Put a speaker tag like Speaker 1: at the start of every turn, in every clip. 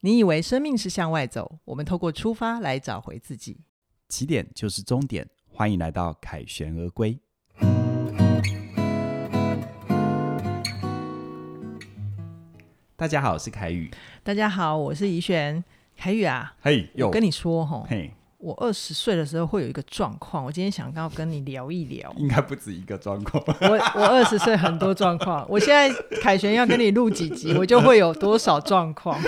Speaker 1: 你以为生命是向外走，我们透过出发来找回自己。
Speaker 2: 起点就是终点，欢迎来到凯旋而归。大家好，我是凯宇。
Speaker 1: 大家好，我是怡璇。凯宇啊，
Speaker 2: 嘿，
Speaker 1: 我跟你说哈，
Speaker 2: 嘿，
Speaker 1: 我二十岁的时候会有一个状况，我今天想要跟你聊一
Speaker 2: 。
Speaker 1: 聊
Speaker 2: 应该不止一个状 况。
Speaker 1: 我我二十岁很多状况，我现在凯旋要跟你录几集，我就会有多少状况。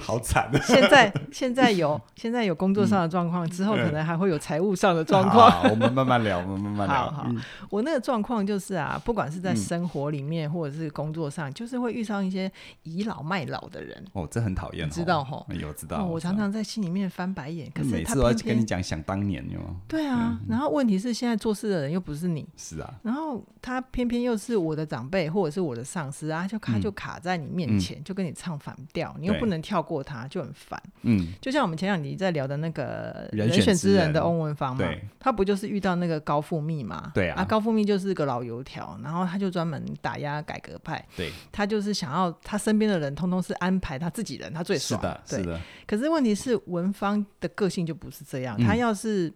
Speaker 2: 好惨的
Speaker 1: 现在现在有现在有工作上的状况，之后可能还会有财务上的状况。
Speaker 2: 我们慢慢聊，我们慢慢聊。
Speaker 1: 好好
Speaker 2: 嗯
Speaker 1: 我那个状况就是啊，不管是在
Speaker 2: 嗯
Speaker 1: 生活里面或者是工作上，就是会遇上一些倚老卖老的人。
Speaker 2: 哦，这很讨厌哦，
Speaker 1: 你知道吼
Speaker 2: 哎有知道。
Speaker 1: 哦，我常常在心里面翻白眼，可
Speaker 2: 知
Speaker 1: 是
Speaker 2: 道每
Speaker 1: 他
Speaker 2: 次都要
Speaker 1: 偏
Speaker 2: 跟你
Speaker 1: 偏
Speaker 2: 讲嗯想当年，有吗？
Speaker 1: 对啊。然后问题是，现在做事的人又不是你，
Speaker 2: 是啊，
Speaker 1: 然后他偏偏又是我的长辈或者是我的上司啊，就他就卡在你面前，就跟你唱反调，你又
Speaker 2: 嗯对
Speaker 1: 不能跳过他，就很烦。
Speaker 2: 嗯，
Speaker 1: 就像我们前两集在聊的那个《
Speaker 2: 人
Speaker 1: 人
Speaker 2: 选
Speaker 1: 选
Speaker 2: 之
Speaker 1: 之
Speaker 2: 人
Speaker 1: 人》的翁文芳嘛
Speaker 2: 对，
Speaker 1: 他不就是遇到那个高富密嘛？
Speaker 2: 对啊
Speaker 1: 高富密就是个老油条，然后他就专门打压改革派，
Speaker 2: 对，
Speaker 1: 他就是想要他身边的人通通是安排他自己人，他最
Speaker 2: 是
Speaker 1: 爽。
Speaker 2: 的，
Speaker 1: 对
Speaker 2: 是的，
Speaker 1: 可是问题是，文芳的个性就不是这样，
Speaker 2: 嗯
Speaker 1: 他要是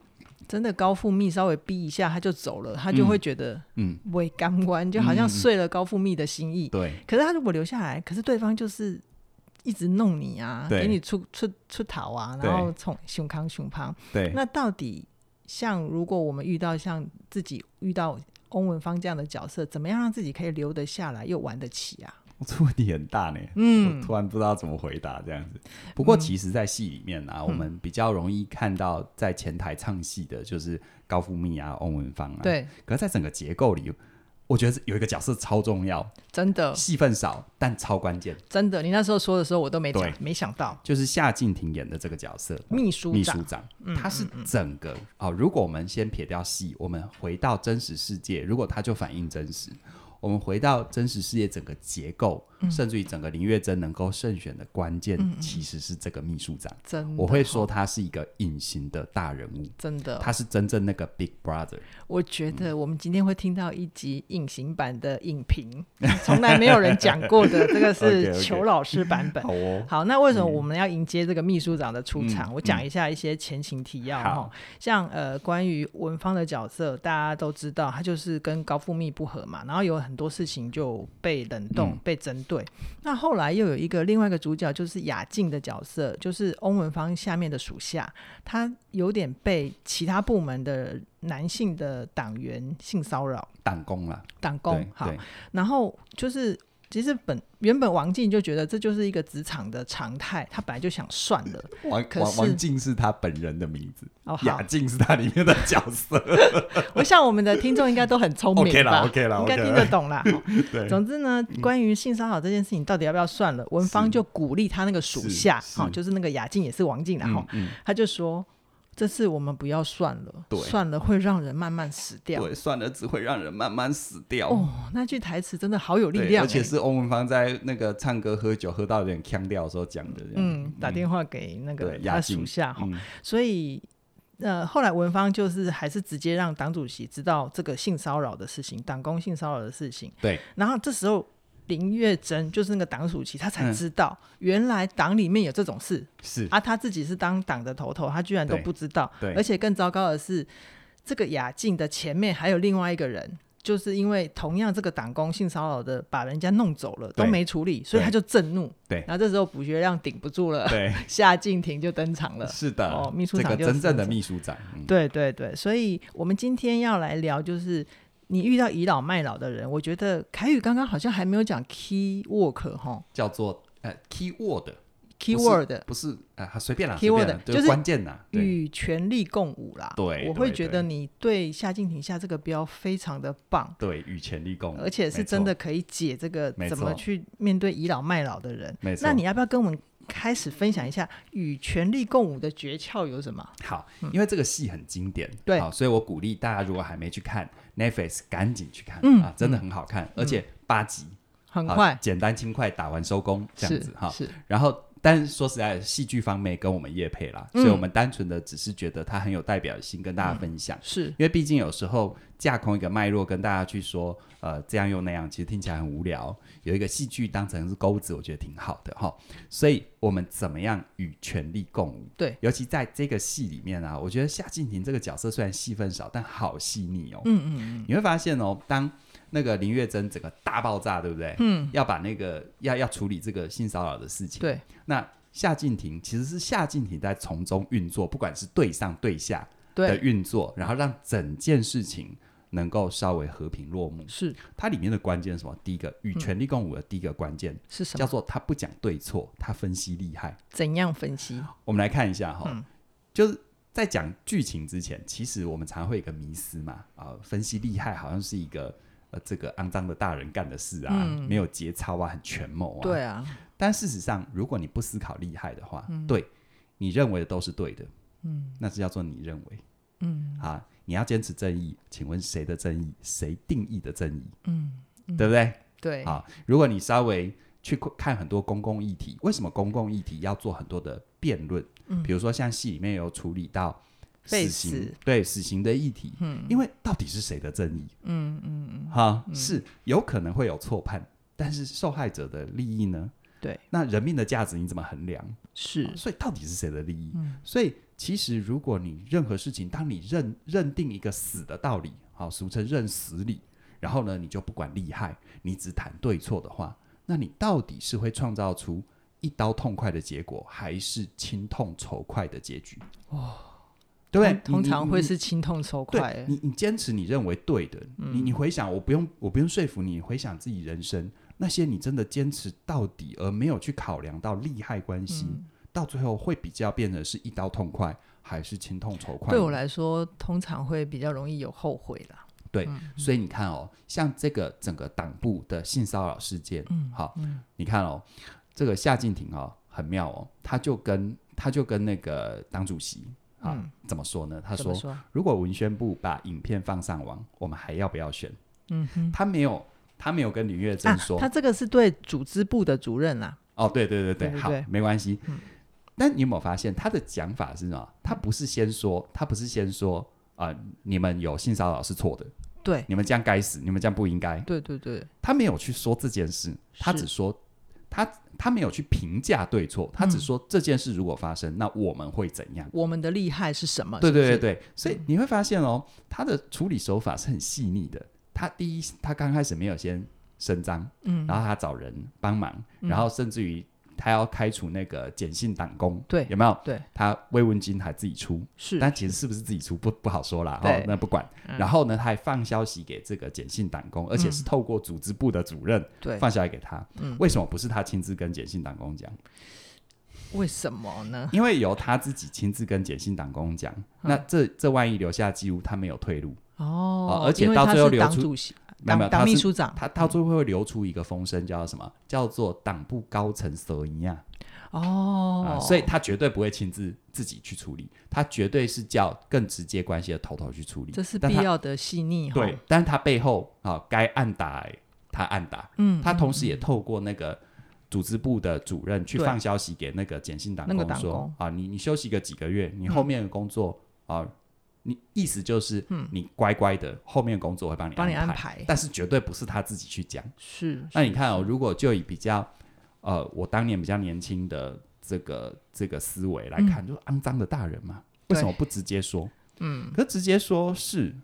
Speaker 1: 真的高富密稍微逼一下他就走了，他就会觉得
Speaker 2: 嗯，
Speaker 1: 未甘弯，就好
Speaker 2: 嗯嗯嗯
Speaker 1: 像碎了高富密的心意。
Speaker 2: 对，
Speaker 1: 可是他如果留下来，可是对方就是一直弄你啊，
Speaker 2: 对
Speaker 1: 给你出出出逃啊，
Speaker 2: 对
Speaker 1: 然后从熊康熊胖。
Speaker 2: 对，
Speaker 1: 那到底像如果我们遇到像自己遇到翁文芳这样的角色，怎么样让自己可以留得下来又玩得起啊？
Speaker 2: 我 这问题很大呢，嗯，我突然不知道怎么回答这样子。不过其实，在戏里面啊，我们比较容易看到在前台唱戏的就是高富密啊、翁文芳啊，。
Speaker 1: 对，
Speaker 2: 可是，在整个结构里，我觉得有一个角色超重要，
Speaker 1: 真的
Speaker 2: 戏份少但超关键，
Speaker 1: 真的，你那时候说的时候我都没
Speaker 2: 对
Speaker 1: 讲，没想到
Speaker 2: 就是夏静婷演的这个角色。
Speaker 1: 秘书
Speaker 2: 秘
Speaker 1: 长嗯
Speaker 2: 书长，他是整个哦。如果我们先撇掉戏，我们回到真实世界，如果他就反映真实，我们回到真实世界整个结构，
Speaker 1: 嗯
Speaker 2: 甚至于整个林月珍能够胜选的关键，其实是这个秘书长。
Speaker 1: 真的哦
Speaker 2: 我会说他是一个隐形的大人物，
Speaker 1: 真的，
Speaker 2: 他是真正那个 Big Brother。
Speaker 1: 我觉得我们今天会听到一集隐形版的影评，从来没有人讲过的，这 个是
Speaker 2: 嗯 OK，OK
Speaker 1: 裘老师版本。
Speaker 2: 哦，
Speaker 1: 好，那为什么我们要迎接这个秘书长的出场？
Speaker 2: 嗯
Speaker 1: 我讲一下一些前情提要
Speaker 2: 好
Speaker 1: 哈、像呃，关于文芳的角色，大家都知道，他就是跟高富密不和嘛，然后有很多事情就被冷冻、
Speaker 2: 嗯
Speaker 1: 被针对。那后来又有一个另外一个主角，就是雅静的角色，就是翁文芳下面的属下，他有点被其他部门的男性的党员性骚扰、
Speaker 2: 党工啦，
Speaker 1: 党工
Speaker 2: 对。
Speaker 1: 好，
Speaker 2: 对，
Speaker 1: 然后就是，其实本原本王静就觉得这就是一个职场的常态，他本来就想算了。
Speaker 2: 王
Speaker 1: 可
Speaker 2: 王
Speaker 1: 是
Speaker 2: 王静是他本人的名字，
Speaker 1: 哦，好
Speaker 2: 雅，静是他里面的角 色。
Speaker 1: 我想我们的听众应该都很聪
Speaker 2: OK
Speaker 1: 明
Speaker 2: 啦
Speaker 1: 吧
Speaker 2: ，OK 啦
Speaker 1: 应该
Speaker 2: OK 啦
Speaker 1: 听得懂啦。哦
Speaker 2: 对，嗯
Speaker 1: 总之呢，关于性骚扰这件事情到底要不要算了，文芳就鼓励他那个属下
Speaker 2: 是，是
Speaker 1: 哈、就是那个雅静也是王静啦，哈、
Speaker 2: 嗯嗯，
Speaker 1: 他就说。这次我们不要算了
Speaker 2: 对，
Speaker 1: 算了会让人慢慢死掉。
Speaker 2: 对，算了，只会让人慢慢死掉。
Speaker 1: 哦，那句台词真的好有力
Speaker 2: 对
Speaker 1: 量、欸，
Speaker 2: 而且是欧文芳在那个唱歌喝酒喝到有点腔调的时候讲的。这样
Speaker 1: 嗯，打电话给那个
Speaker 2: 对
Speaker 1: 他
Speaker 2: 雅静
Speaker 1: 属下哈、
Speaker 2: 嗯
Speaker 1: 所以呃，后来文芳就是还是直接让党主席知道这个性骚扰的事情，党工性骚扰的事情。
Speaker 2: 对，
Speaker 1: 然后这时候林月珍就是那个党主席，他才
Speaker 2: 嗯
Speaker 1: 知道原来党里面有这种事、
Speaker 2: 是
Speaker 1: 啊，他自己是当党的头头，他居然都
Speaker 2: 对
Speaker 1: 不知道。
Speaker 2: 对
Speaker 1: 而且更糟糕的是，这个雅静的前面还有另外一个人。就是因为同样这个党工性骚扰的，把人家弄走了，都
Speaker 2: 对
Speaker 1: 没处理，所以
Speaker 2: 对
Speaker 1: 他就震怒。
Speaker 2: 对
Speaker 1: 然后这时候补学亮顶不住了，
Speaker 2: 对，
Speaker 1: 夏静婷就登场了。
Speaker 2: 是的，
Speaker 1: 哦秘书
Speaker 2: 这
Speaker 1: 长
Speaker 2: 个
Speaker 1: 就是
Speaker 2: 真正的秘书长，嗯
Speaker 1: 对对对，所以我们今天要来聊，就是你遇到倚老卖老的人，我觉得凯宇刚刚好像还没有讲 key work 哈
Speaker 2: 叫做呃 keyword，
Speaker 1: ，key
Speaker 2: 不
Speaker 1: word
Speaker 2: 是不是啊，好随便啦
Speaker 1: Keyword，
Speaker 2: 随便啦
Speaker 1: 就是
Speaker 2: 关键啦，对，
Speaker 1: 与权力共舞啦。
Speaker 2: 对
Speaker 1: 我
Speaker 2: 对
Speaker 1: 会觉得
Speaker 2: 对
Speaker 1: 你对夏静婷下这个标非常的棒。
Speaker 2: 对，与权力共舞，
Speaker 1: 而且是真的可以解这个
Speaker 2: 嗯没
Speaker 1: 怎
Speaker 2: 错
Speaker 1: 么去面对倚老卖老的人
Speaker 2: 没。错
Speaker 1: 那你要不要跟我们开始分享一下与权力共舞的诀窍有什么？
Speaker 2: 好，因为这个戏很经典，
Speaker 1: 嗯对
Speaker 2: 好，所以我鼓励大家如果还没去看 Netflix，赶紧去看，
Speaker 1: 嗯
Speaker 2: 啊，真的很好看，而且八集，
Speaker 1: 很
Speaker 2: 好
Speaker 1: 快，
Speaker 2: 简单轻快，打完收工这样
Speaker 1: 是
Speaker 2: 子哈。
Speaker 1: 是
Speaker 2: 然后但说实在，戏剧方面跟我们业配啦，
Speaker 1: 嗯
Speaker 2: 所以我们单纯的只是觉得它很有代表性，跟大家分享。
Speaker 1: 是
Speaker 2: 因为毕竟有时候架空一个脉络跟大家去说，呃，这样又那样，其实听起来很无聊。有一个戏剧当成是钩子，我觉得挺好的哈。所以我们怎么样与权力共舞？
Speaker 1: 对，
Speaker 2: 尤其在这个戏里面啊，我觉得夏静婷这个角色虽然戏份少，但好细腻哦。
Speaker 1: 嗯嗯
Speaker 2: 你会发现哦，当那个林月珍整个大爆炸，对不对？
Speaker 1: 嗯，
Speaker 2: 要把那个要要处理这个性骚扰的事情。，
Speaker 1: 对，
Speaker 2: 那夏静婷其实是夏静婷在从中运作，不管是对上对下的
Speaker 1: 对，
Speaker 2: 运作，然后让整件事情能够稍微和平落幕。
Speaker 1: 是
Speaker 2: 它里面的关键是什么？第一个与权力共舞的第一个关键、
Speaker 1: 是嗯什
Speaker 2: 叫
Speaker 1: 么？
Speaker 2: 做他不讲对错，他分析厉害。
Speaker 1: 怎样分析？
Speaker 2: 我们来看一下哈、
Speaker 1: 嗯
Speaker 2: 就是在讲剧情之前，其实我们常会有一个迷思嘛，啊、分析厉害好像是一个呃这个肮脏的大人干的事啊，
Speaker 1: 嗯
Speaker 2: 没有节操啊，很权谋啊。。
Speaker 1: 对啊，
Speaker 2: 但事实上，如果你不思考厉害的话，对你认为的都是对的，嗯，那是叫做你认为，嗯啊，你要坚持正义，请问谁的正义？谁定义的正义？嗯对不对？
Speaker 1: 对，
Speaker 2: 啊，如果你稍微去看很多公共议题，为什么公共议题要做很多的辩论？
Speaker 1: 嗯
Speaker 2: 比如说像戏里面有处理到
Speaker 1: 被
Speaker 2: 死刑，
Speaker 1: 死
Speaker 2: 对死刑的议题，嗯，因为到底是谁的正义？嗯嗯嗯，哈，是有可能会有错判，但是受害者的利益呢？
Speaker 1: 对，
Speaker 2: 那人命的价值你怎么衡量？
Speaker 1: 是嗯
Speaker 2: 所以到底是谁的利益？所以其实如果你任何事情，当你认认定一个死的道理，好，俗称认死理，然后呢，你就不管利害，你只谈对错的话，那你到底是会创造出一刀痛快的结果，还是轻痛仇快的结局？对不对？
Speaker 1: 通通
Speaker 2: 你
Speaker 1: 常
Speaker 2: 你
Speaker 1: 会
Speaker 2: 你
Speaker 1: 是轻痛仇
Speaker 2: 对
Speaker 1: 快，嗯
Speaker 2: 你，你坚持你认为对的，你你回想，我不用我不用说服你，回想自己人生那些你真的坚持到底，而没有去考量到利害关系，
Speaker 1: 嗯
Speaker 2: 到最后会比较变成是一刀痛快，还是轻痛仇快？
Speaker 1: 对我，来说，通常会比较容易有后悔啦。
Speaker 2: 所以
Speaker 1: 嗯
Speaker 2: 你看哦，像这个整个党部的性骚扰事件，嗯，好，你看哦，这个夏静婷哦，很妙哦，他就跟他就跟那个党主席啊，
Speaker 1: 嗯
Speaker 2: 怎么说呢？他
Speaker 1: 怎么
Speaker 2: 说，
Speaker 1: 说？
Speaker 2: 如果文宣部把影片放上网，我们还要不要选？嗯，他没有，他没有跟林月珍
Speaker 1: 啊
Speaker 2: 说。，
Speaker 1: 他这个是对组织部的主任啊啦，
Speaker 2: 哦，对对对对，
Speaker 1: 对对
Speaker 2: 好
Speaker 1: 对，嗯
Speaker 2: 没关系。但你有没有发现他的讲法是什么？他不是先说，他不是先说啊、呃你们有性骚扰是错的，
Speaker 1: 对，
Speaker 2: 你们这样该死，你们这样不应该。
Speaker 1: 对对对，
Speaker 2: 他没有去说这件事，他
Speaker 1: 是
Speaker 2: 只说他他没有去评价对错，他只
Speaker 1: 嗯
Speaker 2: 说这件事如果发生，那我们会怎样？
Speaker 1: 我们的厉害是什么？
Speaker 2: 对
Speaker 1: 啊是不
Speaker 2: 对
Speaker 1: 是嗯
Speaker 2: 对，对，所以你会发现哦，他的处理手法是很细腻的。他第一，他刚开始没有先声张，嗯，然后他找人帮忙，
Speaker 1: 嗯
Speaker 2: 然后甚至于他要开除那个简姓党工，
Speaker 1: 对
Speaker 2: 有没有？
Speaker 1: 对，
Speaker 2: 他慰问金还自己出，
Speaker 1: 是
Speaker 2: 但其实是不是自己出不不好说啦，哦
Speaker 1: 对，
Speaker 2: 那不管。
Speaker 1: 嗯
Speaker 2: 然后呢，他还放消息给这个简姓党工，而且是透过组织部的主任
Speaker 1: 对，
Speaker 2: 放消息给他。
Speaker 1: 嗯
Speaker 2: 为什么不是他亲自跟简姓党 工讲？
Speaker 1: 为什么呢？
Speaker 2: 因为由他自己亲自跟简信党工讲，
Speaker 1: 嗯
Speaker 2: 那这这万一留下记录，他没有退路，
Speaker 1: 哦
Speaker 2: 哦，而且
Speaker 1: 因为
Speaker 2: 到
Speaker 1: 他
Speaker 2: 最后
Speaker 1: 是
Speaker 2: 流
Speaker 1: 党
Speaker 2: 出
Speaker 1: 主席、
Speaker 2: 没有没有
Speaker 1: 党
Speaker 2: 他
Speaker 1: 党秘
Speaker 2: 是
Speaker 1: 书长
Speaker 2: 他到最后会流出一个风声，叫什么？叫做党部高层蛇一样啊，
Speaker 1: 哦，
Speaker 2: 所以他绝对不会亲自自己去处理，他绝对是叫更直接关系的头头去处理。
Speaker 1: 这是
Speaker 2: 但
Speaker 1: 必
Speaker 2: 他
Speaker 1: 要的细腻哈。
Speaker 2: 对，但是他背后啊，该按打、欸他按打，
Speaker 1: 嗯，
Speaker 2: 他同时也透过那个组织部的主任去
Speaker 1: 对
Speaker 2: 放消息给那个简信党
Speaker 1: 那个
Speaker 2: 工
Speaker 1: 党
Speaker 2: 说
Speaker 1: 工嗯
Speaker 2: 啊，你你休息个几个月，你后面的工作、啊，你意思就是，你乖乖的，后面的工作会帮你
Speaker 1: 嗯帮你安
Speaker 2: 排，
Speaker 1: 排
Speaker 2: 但是绝对不是他自己去讲。
Speaker 1: 是，
Speaker 2: 那
Speaker 1: 是
Speaker 2: 你看哦，如果就以比较呃，我当年比较年轻的这个这个思维来看，就是肮脏的大人嘛，
Speaker 1: 嗯
Speaker 2: 为
Speaker 1: 对
Speaker 2: 什么不直接说？
Speaker 1: 嗯，
Speaker 2: 可直接说是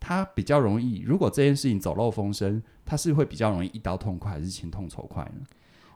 Speaker 2: 他比较容易，如果这件事情走漏风声，他是会比较容易一刀痛快，还是情痛仇快呢？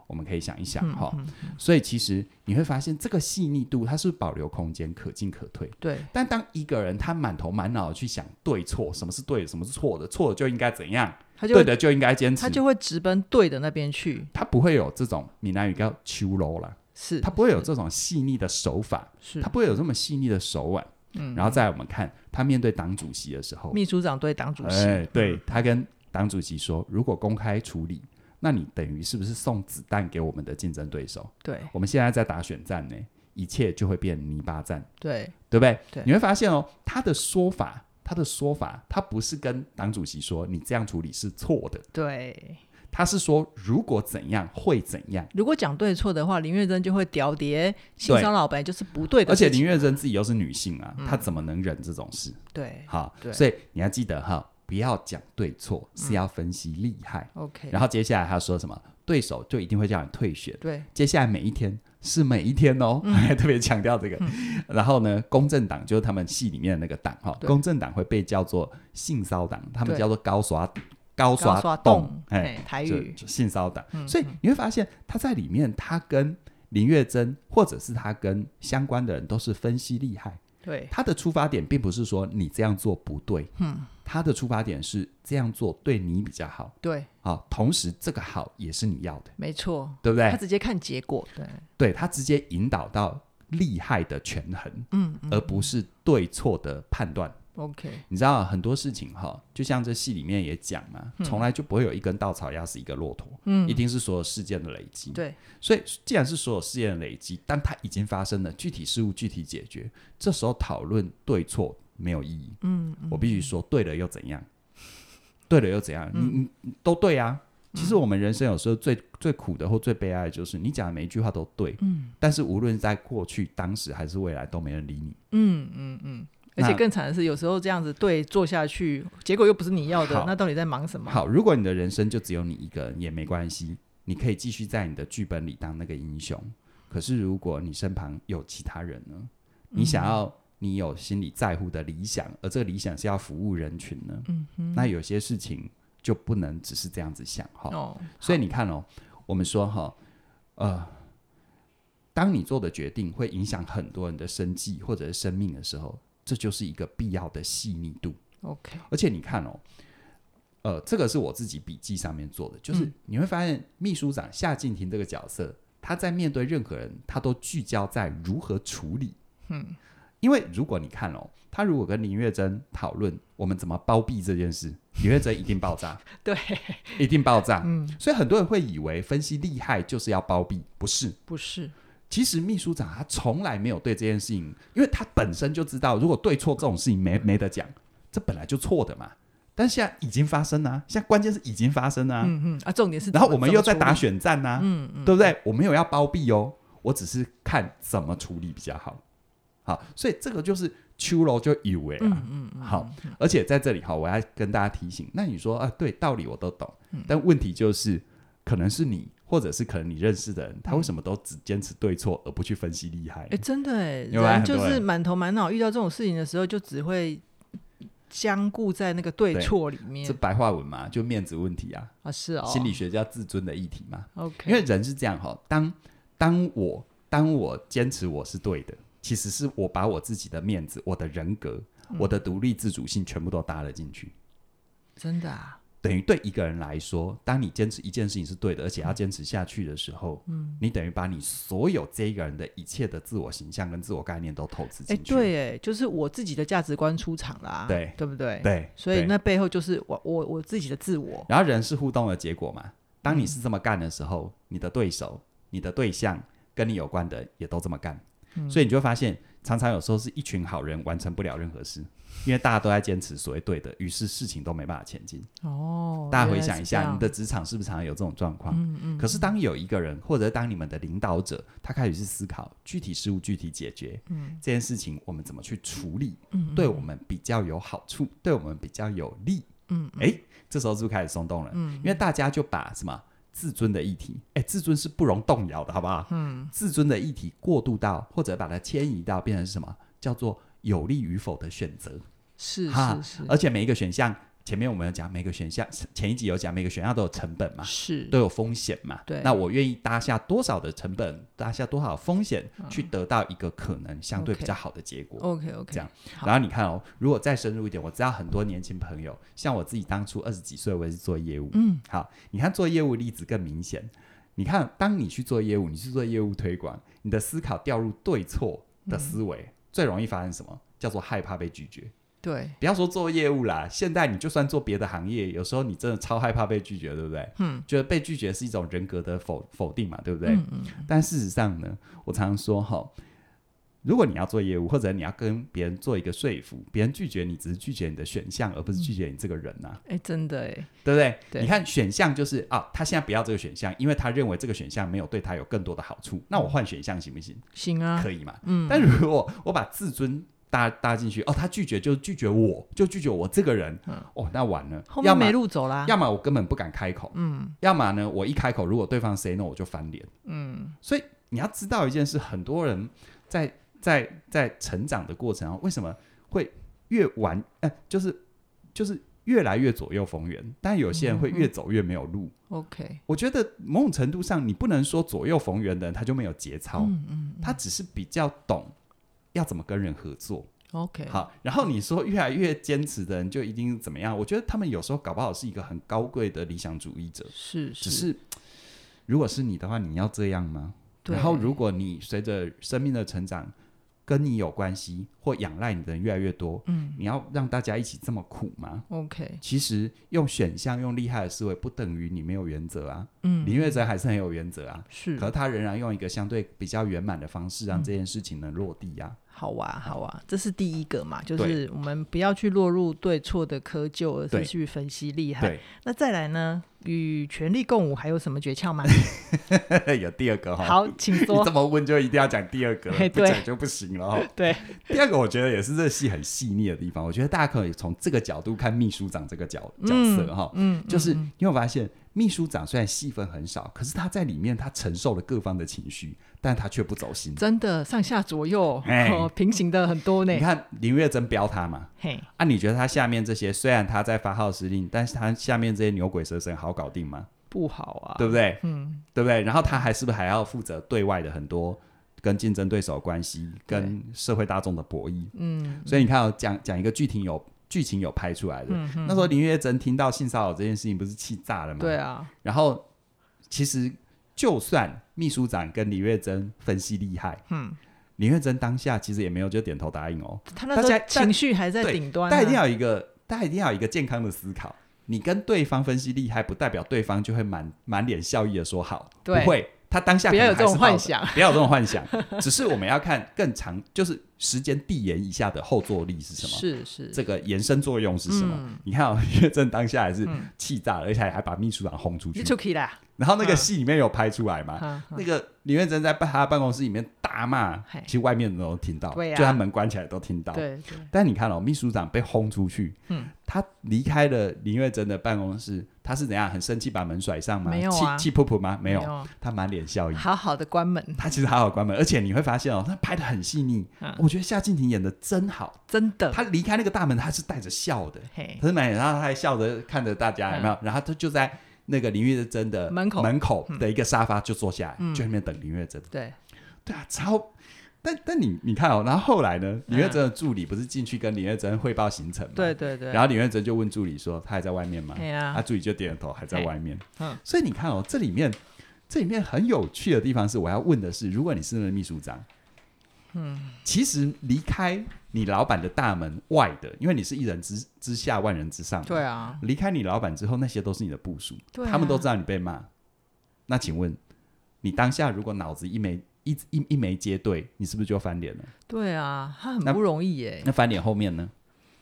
Speaker 2: 我们可以想一
Speaker 1: 嗯
Speaker 2: 想哈、所以其实你会发现这个细腻度，它是保留空间，可进可退。
Speaker 1: 对
Speaker 2: 但当一个人他满头满脑的去想对错，什么是对的，什么是错的，错的就应该怎样，
Speaker 1: 他就
Speaker 2: 对
Speaker 1: 会
Speaker 2: 的就应该坚持，
Speaker 1: 他就会直奔对的那边去，
Speaker 2: 他不会有这种闽南语叫秋楼啦，
Speaker 1: 是嗯
Speaker 2: 他不会有这种细腻的手法，
Speaker 1: 是
Speaker 2: 他不会有这么细腻的手腕。嗯，然后再来我们看他面对党主席的时候，
Speaker 1: 秘书长对党主席，
Speaker 2: 哎，对他跟党主席说，如果公开处理，那你等于是不是送子弹给我们的竞争对手？
Speaker 1: 对
Speaker 2: 我们现在在打选战呢，一切就会变泥巴战，
Speaker 1: 对
Speaker 2: 对不对？
Speaker 1: 对
Speaker 2: 你会发现哦，他的说法，他的说法，他不是跟党主席说你这样处理是错的，
Speaker 1: 对，
Speaker 2: 他是说如果怎样会怎样，
Speaker 1: 如果讲对错的话，林月珍就会屌叠性
Speaker 2: 对
Speaker 1: 骚扰，本来就是不对的
Speaker 2: 而且
Speaker 1: 事情。嗯
Speaker 2: 林月珍自己又是女性啊，她怎么能忍这种事？
Speaker 1: 对
Speaker 2: 好
Speaker 1: 对，
Speaker 2: 所以你要记得哈，不要讲对错，是要分析利害。
Speaker 1: ，OK，
Speaker 2: 然后接下来他说什么？对手就一定会叫你退学。
Speaker 1: 对，
Speaker 2: 接下来每一天是每一天哦，
Speaker 1: 嗯
Speaker 2: 特别强调这个。然后呢，公正党就是他们系里面的那个党哈，
Speaker 1: 对
Speaker 2: 公正党会被叫做性骚党，他们
Speaker 1: 对
Speaker 2: 叫做高刷
Speaker 1: 高
Speaker 2: 高
Speaker 1: 刷
Speaker 2: 刷
Speaker 1: 洞，
Speaker 2: 哎
Speaker 1: 哎，，台
Speaker 2: 就
Speaker 1: 语，
Speaker 2: 就性骚党。
Speaker 1: 嗯
Speaker 2: 所以你会发现他在里面，他跟林月珍或者是他跟相关的人都是分析利害，
Speaker 1: 对
Speaker 2: 他的出发点并不是说你这样做不对，
Speaker 1: 嗯，
Speaker 2: 他的出发点是这样做对你比较好。
Speaker 1: 对，
Speaker 2: 好，同时这个好也是你要的，
Speaker 1: 没错，
Speaker 2: 对不
Speaker 1: 他
Speaker 2: 对？
Speaker 1: 直接看结果，对，
Speaker 2: 对他直接引导到利害的权衡，
Speaker 1: 嗯嗯
Speaker 2: 而不是对错的判断。
Speaker 1: ，OK，
Speaker 2: 你知道很多事情哈，就像这戏里面也讲嘛，从来就不会有一根稻草压死一个骆驼，
Speaker 1: 嗯
Speaker 2: 一定是所有事件的累积。
Speaker 1: 对，
Speaker 2: 所以，既然是所有事件的累积，但它已经发生了，具体事物具体解决，这时候讨论对错没有意义。
Speaker 1: 嗯，
Speaker 2: 我必须说，对了又怎样？对了又怎样？
Speaker 1: 嗯
Speaker 2: 你你你都对啊。其实我们人生有时候最最苦的或最悲哀的就是，你讲的每一句话都对，
Speaker 1: 嗯
Speaker 2: 但是无论在过去、当时还是未来，都没人理你。
Speaker 1: 嗯嗯嗯，而
Speaker 2: 那
Speaker 1: 且更惨的是，有时候这样子对做下去，结果又不是你要的
Speaker 2: 好，
Speaker 1: 那到底在忙什么？
Speaker 2: 好，如果你的人生就只有你一个人也没关系，你可以继续在你的剧本里当那个英雄。可是如果你身旁有其他人呢？你想
Speaker 1: 嗯
Speaker 2: 要你有心里在乎的理想，而这个理想是要服务人群呢？
Speaker 1: 嗯哼，
Speaker 2: 那有些事情就不能只是这样子想哈。
Speaker 1: 哦，
Speaker 2: 所以你看哦，我们说哈，呃，当你做的决定会影响很多人的生计或者是生命的时候，这就是一个必要的细腻度。
Speaker 1: OK，
Speaker 2: 而且你看哦，呃，这个是我自己笔记上面做的，就是
Speaker 1: 嗯
Speaker 2: 你会发现秘书长夏静婷这个角色，他在面对任何人，他都聚焦在如何处理。
Speaker 1: 嗯，
Speaker 2: 因为如果你看哦，他如果跟林月珍讨论我们怎么包庇这件事，林月珍一定爆炸，
Speaker 1: 对，
Speaker 2: 一定爆炸。
Speaker 1: 嗯，
Speaker 2: 所以很多人会以为分析厉害就是要包庇，不是。
Speaker 1: 不是，
Speaker 2: 其实秘书长他从来没有对这件事情，因为他本身就知道，如果对错这种事情没没得讲，这本来就错的嘛。但现在已经发生了、啊现在关键是已经发生了、
Speaker 1: 嗯嗯，啊，重点是怎么，
Speaker 2: 然后我们又在
Speaker 1: 怎么处理
Speaker 2: 打啊选战呐、
Speaker 1: 嗯嗯，
Speaker 2: 对不对？我没有要包庇哦，我只是看怎么处理比较好。好，所以这个就是秋楼就以为啊，
Speaker 1: 嗯嗯嗯，
Speaker 2: 好，而且在这里哈，我要跟大家提醒，那你说啊，对道理我都懂，
Speaker 1: 嗯
Speaker 2: 但问题就是，可能是你，或者是可能你认识的人，他为什么都只坚持对错，而不去分析利害
Speaker 1: 哎、？真的哎，
Speaker 2: 有吧
Speaker 1: 人
Speaker 2: 很多
Speaker 1: 就是
Speaker 2: 人
Speaker 1: 满头满脑遇到这种事情的时候，就只会僵固在那个对
Speaker 2: 对
Speaker 1: 错里
Speaker 2: 这
Speaker 1: 面
Speaker 2: 白话文嘛，就面子问题啊，
Speaker 1: 啊，是哦，
Speaker 2: 心理学叫自尊的议题嘛。
Speaker 1: OK，
Speaker 2: 因为人是这样哈，当当我当我坚持我是对的，其实是我把我自己的面子、我的人格、
Speaker 1: 嗯
Speaker 2: 我的独立自主性全部都搭了进去。
Speaker 1: 真的啊，
Speaker 2: 等于对一个人来说，当你坚持一件事情是对的，而且要坚持下去的时候，嗯，你等于把你所有这一个人的一切的自我形象跟自我概念都投资
Speaker 1: 哎、
Speaker 2: 进去。
Speaker 1: 对哎，就是我自己的价值观出场啦，
Speaker 2: 对
Speaker 1: 对不对？，
Speaker 2: 对，
Speaker 1: 所以
Speaker 2: 对
Speaker 1: 那背后就是我我我自己的自我，
Speaker 2: 然后人是互动的结果嘛。当你是这么干的时候，你的对手、你的对象跟你有关的也都这么干，
Speaker 1: 嗯
Speaker 2: 所以你就会发现，常常有时候是一群好人完成不了任何事，因为大家都在坚持所谓对的，于是事情都没办法前进。
Speaker 1: 哦，
Speaker 2: 大家
Speaker 1: 原
Speaker 2: 回
Speaker 1: 来
Speaker 2: 想
Speaker 1: 是
Speaker 2: 一
Speaker 1: 这
Speaker 2: 下，
Speaker 1: 样
Speaker 2: 你的职场是不是常常有这种状况？
Speaker 1: 嗯嗯，
Speaker 2: 可是当有一个人，或者当你们的领导者，他开始去思考具体事物具体解决，
Speaker 1: 嗯
Speaker 2: 这件事情我们怎么去处理，
Speaker 1: 嗯
Speaker 2: 对我们比较有好处，对我们比较有利，
Speaker 1: 嗯，
Speaker 2: 哎、这时候是不是开始松动了？因为大家就把什么自尊的议题，哎、自尊是不容动摇的，好不好？
Speaker 1: 嗯，
Speaker 2: 自尊的议题过渡到或者把它迁移到变成是什么叫做有利与否的选择，
Speaker 1: 是
Speaker 2: 哈
Speaker 1: 是是
Speaker 2: 而且每一个选项。前面我们有讲每个选项，前一集有讲每个选项都有成本嘛，
Speaker 1: 是，
Speaker 2: 都有风险嘛。
Speaker 1: 对
Speaker 2: 那我愿意搭下多少的成本，搭下多少风险，
Speaker 1: 嗯
Speaker 2: 去得到一个可能相对
Speaker 1: OK
Speaker 2: 比较好的结果。
Speaker 1: OK OK，
Speaker 2: 这样
Speaker 1: 哦好
Speaker 2: 然后你看哦，如果再深入一点，我知道很多年轻朋友，像我自己当初二十几岁，我也是做业务。
Speaker 1: 嗯，
Speaker 2: 好，你看做业务例子更明显。你看，当你去做业务，你去做业务推广，你的思考掉入对错
Speaker 1: 嗯
Speaker 2: 的思维，最容易发生什么？叫做害怕被拒绝。
Speaker 1: 对，
Speaker 2: 不要说做业务啦，现在你就算做别的行业，有时候你真的超害怕被拒绝，对不对？
Speaker 1: 嗯，
Speaker 2: 觉得被拒绝是一种人格的否否定嘛，对不对？
Speaker 1: 嗯嗯，
Speaker 2: 但事实上呢，我常说哈，如果你要做业务，或者你要跟别人做一个说服，别人拒绝你，只是拒绝你的选项，而不是拒绝你这个人呐、
Speaker 1: 哎、真的哎，
Speaker 2: 对不对？
Speaker 1: 对
Speaker 2: 你看选项就是啊，他现在不要这个选项，因为他认为这个选项没有对他有更多的好处。
Speaker 1: 嗯
Speaker 2: 那我换选项行不行？
Speaker 1: 行啊，
Speaker 2: 可以嘛？嗯。但如果我把自尊搭搭进去，哦，他拒绝就拒绝我，就拒绝我这个人，哦，那完了，
Speaker 1: 嗯后
Speaker 2: 要
Speaker 1: 面
Speaker 2: 么
Speaker 1: 没路啊走啦。
Speaker 2: 要么我根本不敢开口，嗯，要么呢，我一开口，如果对方 say no，我就翻脸，嗯，所以你要知道一件事，很多人在在在成长的过程啊，为什么会越玩，哎、就是就是越来越左右逢源，但有
Speaker 1: 嗯
Speaker 2: 些人会越走越没有路。
Speaker 1: OK，
Speaker 2: 我觉得某种程度上，你不能说左右逢源的人他就没有节操，
Speaker 1: 嗯
Speaker 2: 他只是比较懂要怎么跟人合作，
Speaker 1: OK，
Speaker 2: 好，然后你说越来越坚持的人就一定怎么样？我觉得他们有时候搞不好是一个很高贵的理想主义者，
Speaker 1: 是
Speaker 2: 只是如果是你的话，你要这样吗？
Speaker 1: 对
Speaker 2: 然后如果你随着生命的成长，跟你有关系或仰赖你的人越来越多，嗯，你要让大家一起这么苦吗？
Speaker 1: OK，
Speaker 2: 其实用选项、用厉害的思维，不等于你没有原则啊。嗯，林月泽还是很有原则啊，
Speaker 1: 是
Speaker 2: 可他仍然用一个相对比较圆满的方式，
Speaker 1: 嗯
Speaker 2: 让这件事情能落地啊。
Speaker 1: 好啊，好啊，这是第一个嘛，就
Speaker 2: 对
Speaker 1: 是我们不要去落入对错的窠臼，而
Speaker 2: 对
Speaker 1: 是去分析厉害。
Speaker 2: 对，
Speaker 1: 那再来呢，与权力共舞还有什么诀窍 吗？
Speaker 2: 有第二个哈。
Speaker 1: 好，请
Speaker 2: 你
Speaker 1: 说
Speaker 2: 这。么问就一定要讲第二个了，
Speaker 1: 嘿
Speaker 2: 不
Speaker 1: 对
Speaker 2: 讲就不行了哦。
Speaker 1: 对，
Speaker 2: 第二个我觉得也是这戏很细腻的地方，我觉得大家可以从这个角度看秘书长这个角角色哈、
Speaker 1: 嗯，
Speaker 2: 就是你有发现秘书长虽然戏份很少，可是他在里面他承受了各方的情绪，但他却不走心。
Speaker 1: 真的上下左右、
Speaker 2: 哎
Speaker 1: 哦、平行的很多呢
Speaker 2: 你。看林月珍标他嘛，
Speaker 1: 嘿，
Speaker 2: 啊，你觉得他下面这些虽然他在发号施令，但是他下面这些牛鬼蛇神好搞定吗？
Speaker 1: 不好啊。
Speaker 2: 对不对？
Speaker 1: 嗯，
Speaker 2: 对不对？然后他还是不是还要负责对外的很多跟竞争对手的关系、
Speaker 1: 对
Speaker 2: 跟社会大众的博弈？
Speaker 1: 嗯，
Speaker 2: 所以你看、哦，讲讲一个剧情有剧情有拍出来的。那时候林月珍听到性骚扰这件事情，不是气炸了吗？
Speaker 1: 对。啊，
Speaker 2: 然后其实就算秘书长跟李月珍分析厉害，
Speaker 1: 嗯，
Speaker 2: 李月珍当下其实也没有就点头答应哦，
Speaker 1: 他那时
Speaker 2: 大
Speaker 1: 候
Speaker 2: 家
Speaker 1: 情绪还在
Speaker 2: 对
Speaker 1: 顶端、啊。
Speaker 2: 大家一定要有一个，大家一定要有一个健康的思考。你跟对方分析厉害，不代表对方就会满满脸笑意的说好，不
Speaker 1: 对
Speaker 2: 会。他当下
Speaker 1: 不要有
Speaker 2: 可能
Speaker 1: 这种
Speaker 2: 还是抱
Speaker 1: 幻想，
Speaker 2: 不要有这种幻想。只是我们要看更长，就是时间递延一下的后坐力是什么？
Speaker 1: 是嗯是，
Speaker 2: 这个延伸作用是什么？你看、哦，岳正当下还是气炸了，而且还把秘书长轰出去
Speaker 1: 嗯你。出嗯去啦。
Speaker 2: 然后那个戏里面有拍出来嘛？
Speaker 1: 哈哈
Speaker 2: 啊那个李月珍在办他办公室里面大骂
Speaker 1: 嗯嘿，
Speaker 2: 其实外面人都听到，
Speaker 1: 对啊
Speaker 2: 就他门关起来都听到。
Speaker 1: 对对，
Speaker 2: 但你看哦，秘书长被轰出去，
Speaker 1: 嗯
Speaker 2: 他离开了林月珍的办公室，他是怎样？很生气，把门甩上吗？
Speaker 1: 没有啊
Speaker 2: 气气噗噗吗？没有，
Speaker 1: 啊
Speaker 2: 他满脸笑意。
Speaker 1: 好好的关门，
Speaker 2: 他其实好好关门，而且你会发现哦，他拍的很细腻。
Speaker 1: 嗯呃
Speaker 2: 我觉得夏静婷演的真好，
Speaker 1: 真的。
Speaker 2: 她离开那个大门，她是带着笑的，
Speaker 1: 嘿，
Speaker 2: 她是满脸，然后她还笑着看着大家，
Speaker 1: 嗯
Speaker 2: 有没有？然后她就在那个林月珍的
Speaker 1: 门口嗯
Speaker 2: 门口的一个沙发就坐下来，就在那边等林月珍。
Speaker 1: 对，
Speaker 2: 对啊，超。但但你你看哦，然后后来
Speaker 1: 嗯
Speaker 2: 呢？林月珍的助理不是进去跟林月珍汇报行程吗？
Speaker 1: 对对对。
Speaker 2: 然后李月珍就问助理说：“他还在外面吗？”
Speaker 1: 哎呀
Speaker 2: 他助理就点了头，还在外面。
Speaker 1: 嗯
Speaker 2: 所以你看哦，这里面这里面很有趣的地方是，我要问的是，如果你是那个秘书长，嗯，其实离开你老板的大门外的，因为你是一人之之下，万人之上嘛。
Speaker 1: 对啊，
Speaker 2: 离开你老板之后，那些都是你的部属，
Speaker 1: 对啊
Speaker 2: 他们都知道你被骂。那请问，你当下如果脑子一没一一一没接对，你是不是就翻脸了？
Speaker 1: 对啊，他
Speaker 2: 那
Speaker 1: 很不容易耶，
Speaker 2: 那翻脸后面呢？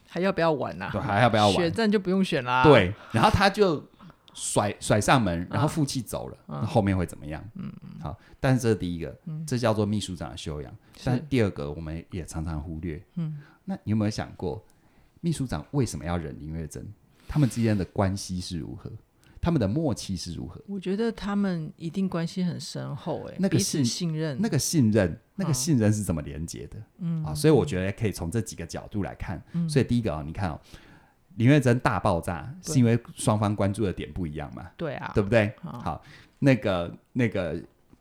Speaker 1: 还要不要玩呐、
Speaker 2: 对，还要不要玩？
Speaker 1: 选战就不用选啦。，
Speaker 2: 对，然后他就甩甩上门，然后负气走了，那后面会怎么样？嗯，好，但是这是第一个，这叫做秘书长的修养。但第二个，我们也常常忽略。嗯，那你有没有想过，秘书长为什么要忍林月珍？他们之间的关系是如何？他们的默契是如何？
Speaker 1: 我觉得他们一定关系很深厚哎，
Speaker 2: 那个
Speaker 1: 彼此
Speaker 2: 信
Speaker 1: 信任，
Speaker 2: 那个信任，那个信任是怎么连接的？嗯啊，所以我觉得可以从这几个角度来看。所以第一个啊、你看哦，林月珍大爆炸
Speaker 1: 对
Speaker 2: 是因为双方关注的点不一样嘛？
Speaker 1: 对啊，
Speaker 2: 对不对？
Speaker 1: 好
Speaker 2: 好，那个那个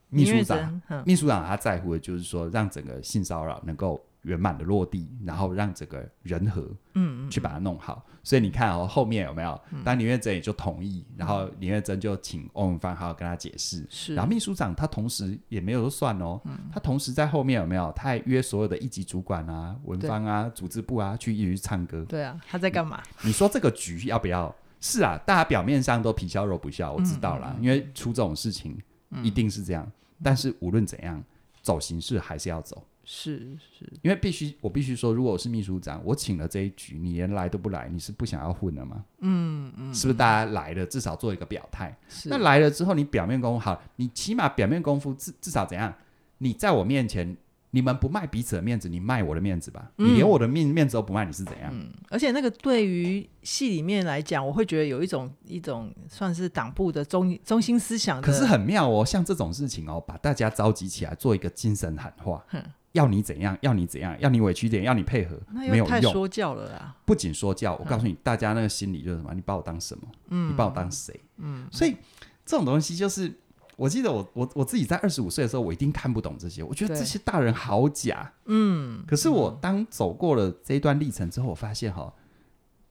Speaker 2: 秘
Speaker 1: 因为
Speaker 2: 书长，
Speaker 1: 人，嗯
Speaker 2: 秘书长他在乎的就是说，让整个性骚扰能够圆满的落地，然后让整个人和，嗯去把它弄好。所以你看哦，后面有没有？
Speaker 1: 嗯
Speaker 2: 当林月珍也就同意，然后林月珍就请欧文芳好好跟他解释。
Speaker 1: 是嗯
Speaker 2: 然后秘书长他同时也没有说算哦，他同时在后面有没有？他还约所有的一级主管啊、文
Speaker 1: 对
Speaker 2: 芳啊、组织部啊去一起去唱歌。
Speaker 1: 对啊，他在干嘛？
Speaker 2: 你说这个局要不要？是啊，大家表面上都皮笑
Speaker 1: 嗯
Speaker 2: 肉不笑，我知道啦，因为出这种事情一定是这样。但是无论怎样，走形式还是要走，
Speaker 1: 是是，
Speaker 2: 因为必须我必须说，如果我是秘书长，我请了这一局，你连来都不来，你是不想要混了吗？
Speaker 1: 嗯嗯，
Speaker 2: 是不是大家来了，至少做一个表态？
Speaker 1: 是
Speaker 2: 那来了之后，你表面功夫好，你起码表面功夫至至少怎样？你在我面前，你们不卖彼此的面子，你卖我的面子吧。
Speaker 1: 嗯
Speaker 2: 你连我的面面子都不卖，你是怎样？
Speaker 1: 而且那个对于戏里面来讲，我会觉得有一种一种算是党部的中中心思想的，
Speaker 2: 可是很妙哦，像这种事情哦，把大家召集起来做一个精神喊话
Speaker 1: 哼，
Speaker 2: 要你怎样，要你怎样，要你委屈一点，要你配合，
Speaker 1: 那
Speaker 2: 没
Speaker 1: 又
Speaker 2: 有
Speaker 1: 太
Speaker 2: 用。
Speaker 1: 说嗯教了啦。
Speaker 2: 不仅说教，我告诉你，大家那个心理就是什么？你把我当什么？你把我当谁？嗯，所以这种东西就是，我记得我我我自己在二十五岁的时候，我一定看不懂这些，我觉得
Speaker 1: 对
Speaker 2: 这些大人好假。
Speaker 1: 嗯，
Speaker 2: 可是我当走过了这一段历程之后，我发现哈，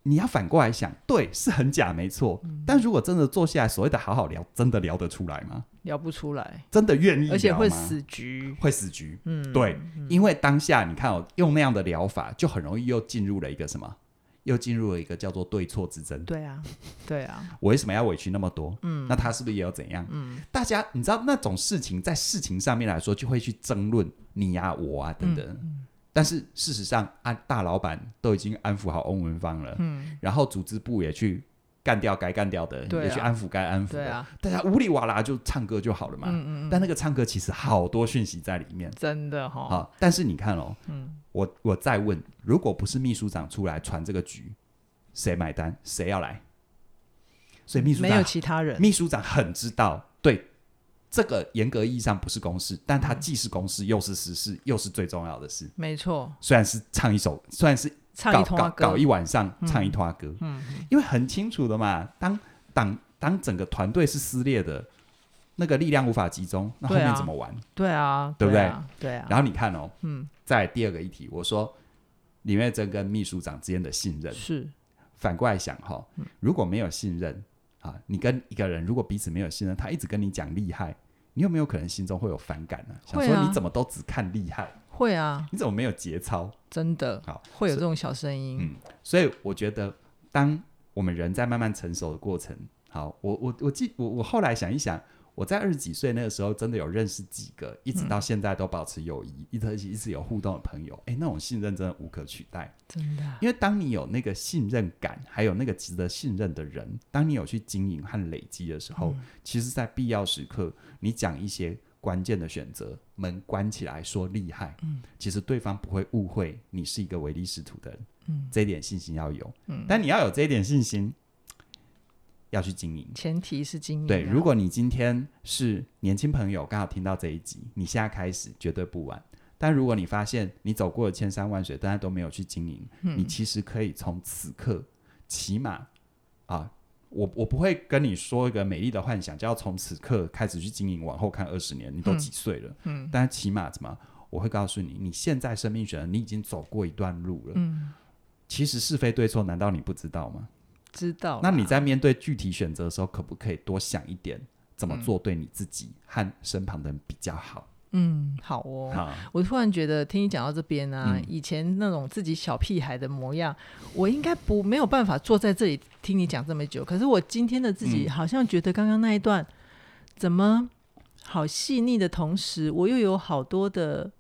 Speaker 2: 你要反过来想，对，是很假，没错。
Speaker 1: 嗯
Speaker 2: 但如果真的坐下来，所谓的好好聊，真的聊得出来吗？
Speaker 1: 聊不出来，
Speaker 2: 真的愿意聊吗？
Speaker 1: 而且会死局。
Speaker 2: 会死局。
Speaker 1: 嗯，
Speaker 2: 对，因为当下你看哦，用那样的疗法，就很容易又进入了一个什么？又进入了一个叫做对错之争。
Speaker 1: 对啊，对啊，
Speaker 2: 我为什么要委屈那么多？嗯，那他是不是也有怎样？嗯，大家你知道那种事情在事情上面来说，就会去争论你呀、我啊等等。
Speaker 1: 嗯
Speaker 2: 但是事实上，安、大老板都已经安抚好翁文芳了，嗯，然后组织部也去干掉该干掉的人，
Speaker 1: 对啊
Speaker 2: 也去安抚该安抚的，
Speaker 1: 对啊，
Speaker 2: 大家呜里哇啦就唱歌就好了嘛。
Speaker 1: 嗯嗯嗯，
Speaker 2: 但那个唱歌其实好多讯息在里面。
Speaker 1: 真的哈、
Speaker 2: 好，但是你看哦，
Speaker 1: 嗯
Speaker 2: 我我再问，如果不是秘书长出来传这个局，谁买单？谁要来？所以秘书
Speaker 1: 没有
Speaker 2: 长，
Speaker 1: 其他人，
Speaker 2: 秘书长很知道，对这个严格意义上不是公事，但它既是公事，又是实事，又是最重要的事。
Speaker 1: 没错，
Speaker 2: 虽然是唱一首，虽然是
Speaker 1: 唱
Speaker 2: 搞
Speaker 1: 一通啊
Speaker 2: 搞
Speaker 1: 歌
Speaker 2: 搞一晚上唱一拖歌，
Speaker 1: 嗯
Speaker 2: 因为很清楚的嘛，当当当整个团队是撕裂的，那个力量无法集中，那后
Speaker 1: 对
Speaker 2: 面
Speaker 1: 啊
Speaker 2: 怎么玩？
Speaker 1: 对啊，
Speaker 2: 对不对
Speaker 1: 啊？对啊，
Speaker 2: 然后你看哦，
Speaker 1: 嗯，
Speaker 2: 在第二个议题，我说李月珍跟秘书长之间的信任，
Speaker 1: 是
Speaker 2: 反过来想哈、
Speaker 1: 嗯
Speaker 2: 如果没有信任啊，你跟一个人如果彼此没有信任，他一直跟你讲厉害，你有没有可能心中会有反感呢、想
Speaker 1: 会啊
Speaker 2: 说你怎么都只看厉害，
Speaker 1: 会啊，
Speaker 2: 你怎么没有节操？
Speaker 1: 真的
Speaker 2: 好
Speaker 1: 会有这种小声音，
Speaker 2: 嗯所以我觉得，当我们人在慢慢成熟的过程，好，我我我记我我后来想一想，我在二十几岁那个时候，真的有认识几个，一直到现在都保持友谊，一直一直有互动的朋友，诶，那种信任真的无可取代。
Speaker 1: 真的啊
Speaker 2: 因为当你有那个信任感，还有那个值得信任的人，当你有去经营和累积的时候，
Speaker 1: 嗯
Speaker 2: 其实，在必要时刻，你讲一些关键的选择，门关起来说厉害，嗯，其实对方不会误会你是一个唯利是图的人，
Speaker 1: 嗯，
Speaker 2: 这一点信心要有，
Speaker 1: 嗯
Speaker 2: 但你要有这一点信心，要去经营。
Speaker 1: 前提是经营啊、
Speaker 2: 对，如果你今天是年轻朋友，刚好听到这一集，你现在开始绝对不晚。但如果你发现你走过了千山万水，但是都没有去经营，
Speaker 1: 嗯
Speaker 2: 你其实可以从此刻起码啊，我我不会跟你说一个美丽的幻想，就要从此刻开始去经营，往后看二十年，你都几岁了？
Speaker 1: 嗯
Speaker 2: 但起码怎么，我会告诉你，你现在生命选择，你已经走过一段路了。
Speaker 1: 嗯，
Speaker 2: 其实是非对错，难道你不知道吗？
Speaker 1: 知道啦，
Speaker 2: 那你在面对具体选择的时候，可不可以多想一点，怎么做对你自己和身旁的人比较好？
Speaker 1: 嗯好哦。
Speaker 2: 啊，
Speaker 1: 我突然觉得，听你讲到这边啊，
Speaker 2: 嗯
Speaker 1: 以前那种自己小屁孩的模样，我应该不没有办法坐在这里听你讲这么久。可是我今天的自己，
Speaker 2: 嗯。
Speaker 1: 好像觉得刚刚那一段、怎么好细腻的同时，我又有好多的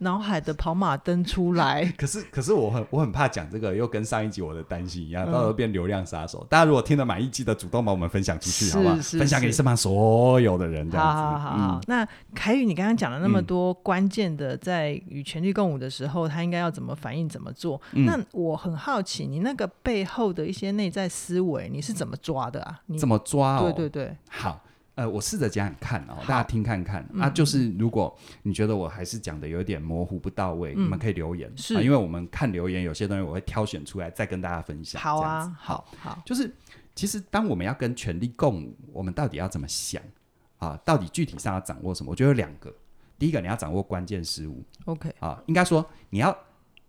Speaker 1: 脑海的跑马灯出来
Speaker 2: 可是可是我很我很怕讲这个，又跟上一集我的担心一样，
Speaker 1: 嗯
Speaker 2: 到时候变流量杀手。大家如果听得满意，记得主动把我们分享出去，
Speaker 1: 是
Speaker 2: 好不好？
Speaker 1: 是
Speaker 2: 分享给你身旁所有的人，这
Speaker 1: 好
Speaker 2: 样子。
Speaker 1: 好好好，
Speaker 2: 嗯
Speaker 1: 那凯宇，你刚刚讲了那么多关键的，在与权力共舞的时候，他应该要怎么反应、怎么做？
Speaker 2: 嗯
Speaker 1: 那我很好奇，你那个背后的一些内在思维，你是怎么抓的啊？你
Speaker 2: 怎么抓哦？
Speaker 1: 对对对，
Speaker 2: 好，呃，我试着讲讲看哦，大家听看看、啊。就是如果你觉得我还是讲的有点模糊不到位，你们可以留言，
Speaker 1: 是
Speaker 2: 啊因为我们看留言有些东西我会挑选出来再跟大家分享。
Speaker 1: 好
Speaker 2: 这样子
Speaker 1: 啊，好好，
Speaker 2: 就是其实当我们要跟权力共舞，我们到底要怎么想啊？到底具体上要掌握什么？我觉得有两个，第一个你要掌握关键事物
Speaker 1: OK，
Speaker 2: 啊，应该说你要。